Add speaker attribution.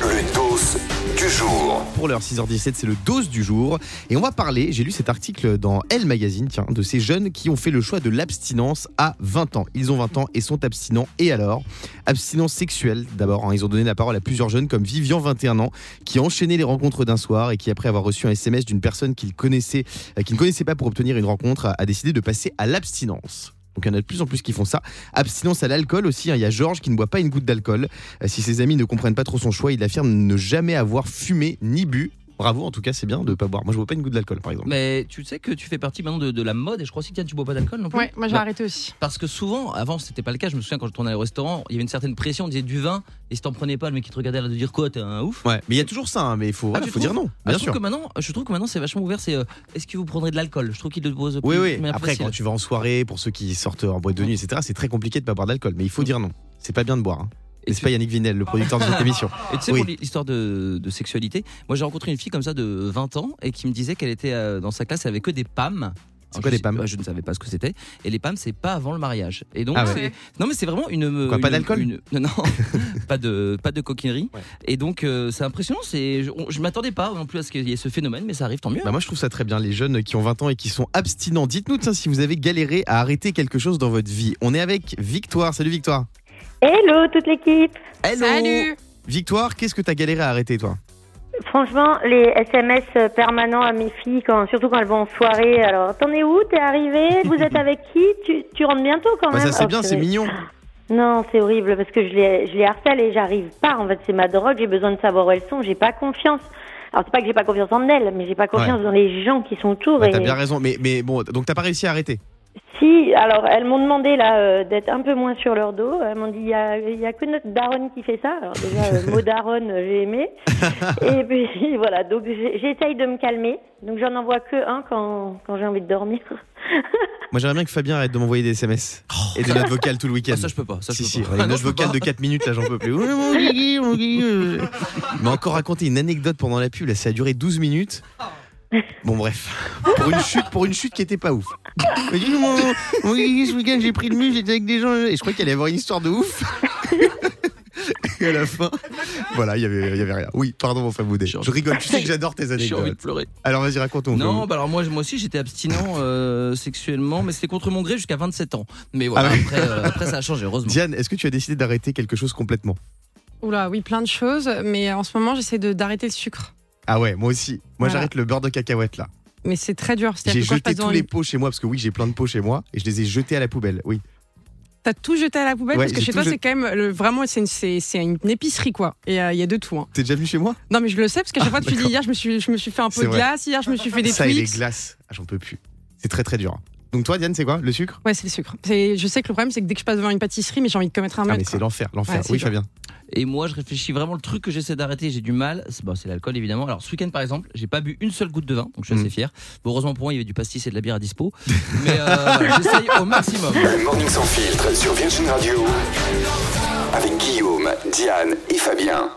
Speaker 1: Le dos du jour.
Speaker 2: Pour l'heure 6h17, c'est le dose du jour. Et on va parler, j'ai lu cet article dans Elle Magazine, tiens, de ces jeunes qui ont fait le choix de l'abstinence à 20 ans. Ils ont 20 ans et sont abstinents. Et alors Abstinence sexuelle d'abord. hein. Ils ont donné la parole à plusieurs jeunes comme Vivian, 21 ans, qui a enchaîné les rencontres d'un soir et qui, après avoir reçu un SMS d'une personne qu'il connaissait, euh, qu'il ne connaissait pas pour obtenir une rencontre, a, a décidé de passer à l'abstinence. Donc il y en a de plus en plus qui font ça. Abstinence à l'alcool aussi. hein. Il y a Georges qui ne boit pas une goutte d'alcool. Euh, Si ses amis ne comprennent pas trop son choix, il affirme ne jamais avoir fumé ni bu. Bravo, en tout cas, c'est bien de ne pas boire. Moi, je bois pas une goutte d'alcool, par exemple.
Speaker 3: Mais tu sais que tu fais partie maintenant de, de la mode et je crois aussi que tu bois pas d'alcool non plus.
Speaker 4: Ouais, moi j'ai
Speaker 3: Bah,
Speaker 4: arrêté aussi.
Speaker 3: Parce que souvent, avant c'était pas le cas, je me souviens quand je tournais au restaurant, il y avait une certaine pression, on disait du vin et si t'en prenais pas, le mec qui te regardait là de dire quoi, t'es un ouf.
Speaker 2: Ouais, mais il y a toujours ça, hein, mais il faut,
Speaker 3: Ah,
Speaker 2: voilà,
Speaker 3: tu
Speaker 2: faut dire non,
Speaker 3: Ah,
Speaker 2: bien
Speaker 3: je, trouve
Speaker 2: sûr.
Speaker 3: que maintenant, je trouve que maintenant c'est vachement ouvert, c'est euh, est-ce que vous prendrez de l'alcool Je trouve qu'il le pose
Speaker 2: Oui,
Speaker 3: plus-
Speaker 2: oui.
Speaker 3: mais
Speaker 2: Après,
Speaker 3: c'est-
Speaker 2: quand tu vas en soirée, pour ceux qui sortent en boîte de nuit, etc., c'est très compliqué de pas boire d'alcool, mais il faut dire non. C'est pas bien de boire. hein.
Speaker 3: Et
Speaker 2: N'est-ce pas Yannick Vinel, le producteur de cette émission
Speaker 3: Et tu sais,
Speaker 2: Oui.
Speaker 3: pour l'histoire de, de sexualité, moi j'ai rencontré une fille comme ça de 20 ans et qui me disait qu'elle était euh, dans sa classe, elle avait que des PAM.
Speaker 2: C'est quoi
Speaker 3: Alors, je
Speaker 2: des
Speaker 3: sais-
Speaker 2: PAM
Speaker 3: ouais, Je ne savais pas ce que c'était. Et les PAM, c'est pas avant le mariage. Et donc,
Speaker 2: Ah
Speaker 3: c'est- non, mais c'est vraiment une.
Speaker 2: Quoi,
Speaker 3: une-
Speaker 2: pas d'alcool
Speaker 3: une- Non, non, pas de, pas de coquinerie.
Speaker 2: Ouais.
Speaker 3: Et donc, euh, c'est impressionnant. C'est, je, on- je m'attendais pas non plus à ce qu'il y ait ce phénomène, mais ça arrive tant mieux.
Speaker 2: Bah moi je trouve ça très bien les jeunes qui ont 20 ans et qui sont abstinents. Dites-nous tiens, si vous avez galéré à arrêter quelque chose dans votre vie. On est avec Victoire. Salut Victoire.
Speaker 5: Hello toute l'équipe.
Speaker 2: Hello.
Speaker 4: Salut
Speaker 2: Victoire, qu'est-ce que t'as galéré à arrêter toi
Speaker 5: Franchement, les SMS permanents à mes filles, quand, surtout quand elles vont en soirée. Alors, t'en es où T'es arrivé Vous êtes avec qui tu, tu rentres bientôt quand
Speaker 2: Bah,
Speaker 5: même
Speaker 2: ça c'est
Speaker 5: Oh,
Speaker 2: bien,
Speaker 5: je-
Speaker 2: c'est mignon.
Speaker 5: Non, c'est horrible parce que je les, je les harcèle et j'arrive pas. En fait, c'est ma drogue. J'ai besoin de savoir où elles sont. J'ai pas confiance. Alors, c'est pas que j'ai pas confiance en elles, mais j'ai pas confiance dans les gens qui sont autour.
Speaker 2: Bah,
Speaker 5: et...
Speaker 2: t'as bien raison, mais, mais bon, donc t'as pas réussi à arrêter.
Speaker 5: Si, alors elles m'ont demandé là euh, d'être un peu moins sur leur dos. Elles m'ont dit il y a, il y a que notre daronne qui fait ça. Alors déjà euh, mot daronne euh, j'ai aimé. Et puis voilà donc j'ai- j'essaye de me calmer. Donc j'en envoie que un quand quand j'ai envie de dormir.
Speaker 2: Moi j'aimerais bien que Fabien arrête de m'envoyer des SMS et des notes vocales tout le week-end.
Speaker 3: Ah, ça, je peux pas. Ça,
Speaker 2: si,
Speaker 3: je
Speaker 2: si,
Speaker 3: peux pas.
Speaker 2: ouais,
Speaker 3: Ah,
Speaker 2: une
Speaker 3: non,
Speaker 2: note
Speaker 3: je peux
Speaker 2: vocale
Speaker 3: pas.
Speaker 2: de 4 minutes, là, j'en peux plus. Il m'a encore raconté une anecdote pendant la pub, là, ça a duré 12 minutes. Bon, bref. Pour une chute, pour une chute qui était pas ouf. Il m'a dit, Mon- mon Guigui, ce week-end, j'ai pris le mur, j'étais avec des gens, et je crois qu'il allait avoir une histoire de ouf. Et à la fin, voilà, il y avait, il y avait rien. Oui, pardon, mon Faboudet.
Speaker 3: J'ai envie-
Speaker 2: Je rigole, tu sais que j'adore tes
Speaker 3: J'ai envie de
Speaker 2: anecdotes.
Speaker 3: pleurer.
Speaker 2: Alors, vas-y, raconte-nous.
Speaker 3: Non, bah alors moi, moi aussi j'étais abstinent euh, sexuellement, mais c'était contre mon gré jusqu'à 27 ans. Mais voilà,
Speaker 2: Ah ouais.
Speaker 3: après, euh, après ça a changé, heureusement.
Speaker 2: Diane, est-ce que tu as décidé d'arrêter quelque chose complètement
Speaker 4: Oula, oui, plein de choses, mais en ce moment j'essaie de- d'arrêter le sucre.
Speaker 2: Ah ouais, moi aussi. Moi,
Speaker 4: Voilà.
Speaker 2: j'arrête le beurre de cacahuète, là.
Speaker 4: Mais c'est très dur.
Speaker 2: J'ai
Speaker 4: C'est-à-dire que quand je
Speaker 2: jeté
Speaker 4: passe
Speaker 2: tous
Speaker 4: dans
Speaker 2: les
Speaker 4: une-
Speaker 2: pots chez moi parce que oui, j'ai plein de pots chez moi et je les ai jetés à la poubelle. Oui.
Speaker 4: T'as tout jeté à la poubelle
Speaker 2: Ouais,
Speaker 4: parce que
Speaker 2: j'ai
Speaker 4: chez
Speaker 2: tout
Speaker 4: toi
Speaker 2: jeté.
Speaker 4: c'est quand même le- vraiment c'est une, c'est- c'est une épicerie quoi. Et euh, il y a de tout. hein.
Speaker 2: T'es déjà venu chez moi
Speaker 4: Non mais je le sais parce qu'à chaque fois tu dis
Speaker 2: Ah, d'accord.
Speaker 4: hier je me suis je me suis fait un
Speaker 2: C'est
Speaker 4: pot de
Speaker 2: vrai.
Speaker 4: glace, hier je me suis fait des
Speaker 2: Ça et les
Speaker 4: Twix.
Speaker 2: glaces, Ah, j'en peux plus. C'est très très dur. hein. Donc toi Diane, c'est quoi Le sucre
Speaker 4: Ouais, c'est le sucre. C'est- Je sais que le problème c'est que dès que je passe devant une pâtisserie, mais j'ai envie de commettre un
Speaker 2: Ah
Speaker 4: meurtre.
Speaker 2: mais c'est
Speaker 4: quoi.
Speaker 2: l'enfer, l'enfer.
Speaker 4: Ouais, c'est
Speaker 2: oui
Speaker 4: dur.
Speaker 2: Fabien.
Speaker 3: Et moi, je réfléchis vraiment le truc que j'essaie d'arrêter. J'ai du mal. C'est bah, c'est l'alcool, évidemment. Alors, ce week-end, par exemple, j'ai pas bu une seule goutte de vin, donc je suis
Speaker 2: Mhm.
Speaker 3: assez fier. Bon, heureusement pour moi, il y avait du pastis et de la bière à dispo. Mais euh, j'essaye au maximum.
Speaker 1: Le morning sans filtre sur Virgin Radio. Avec Guillaume, Diane et Fabien.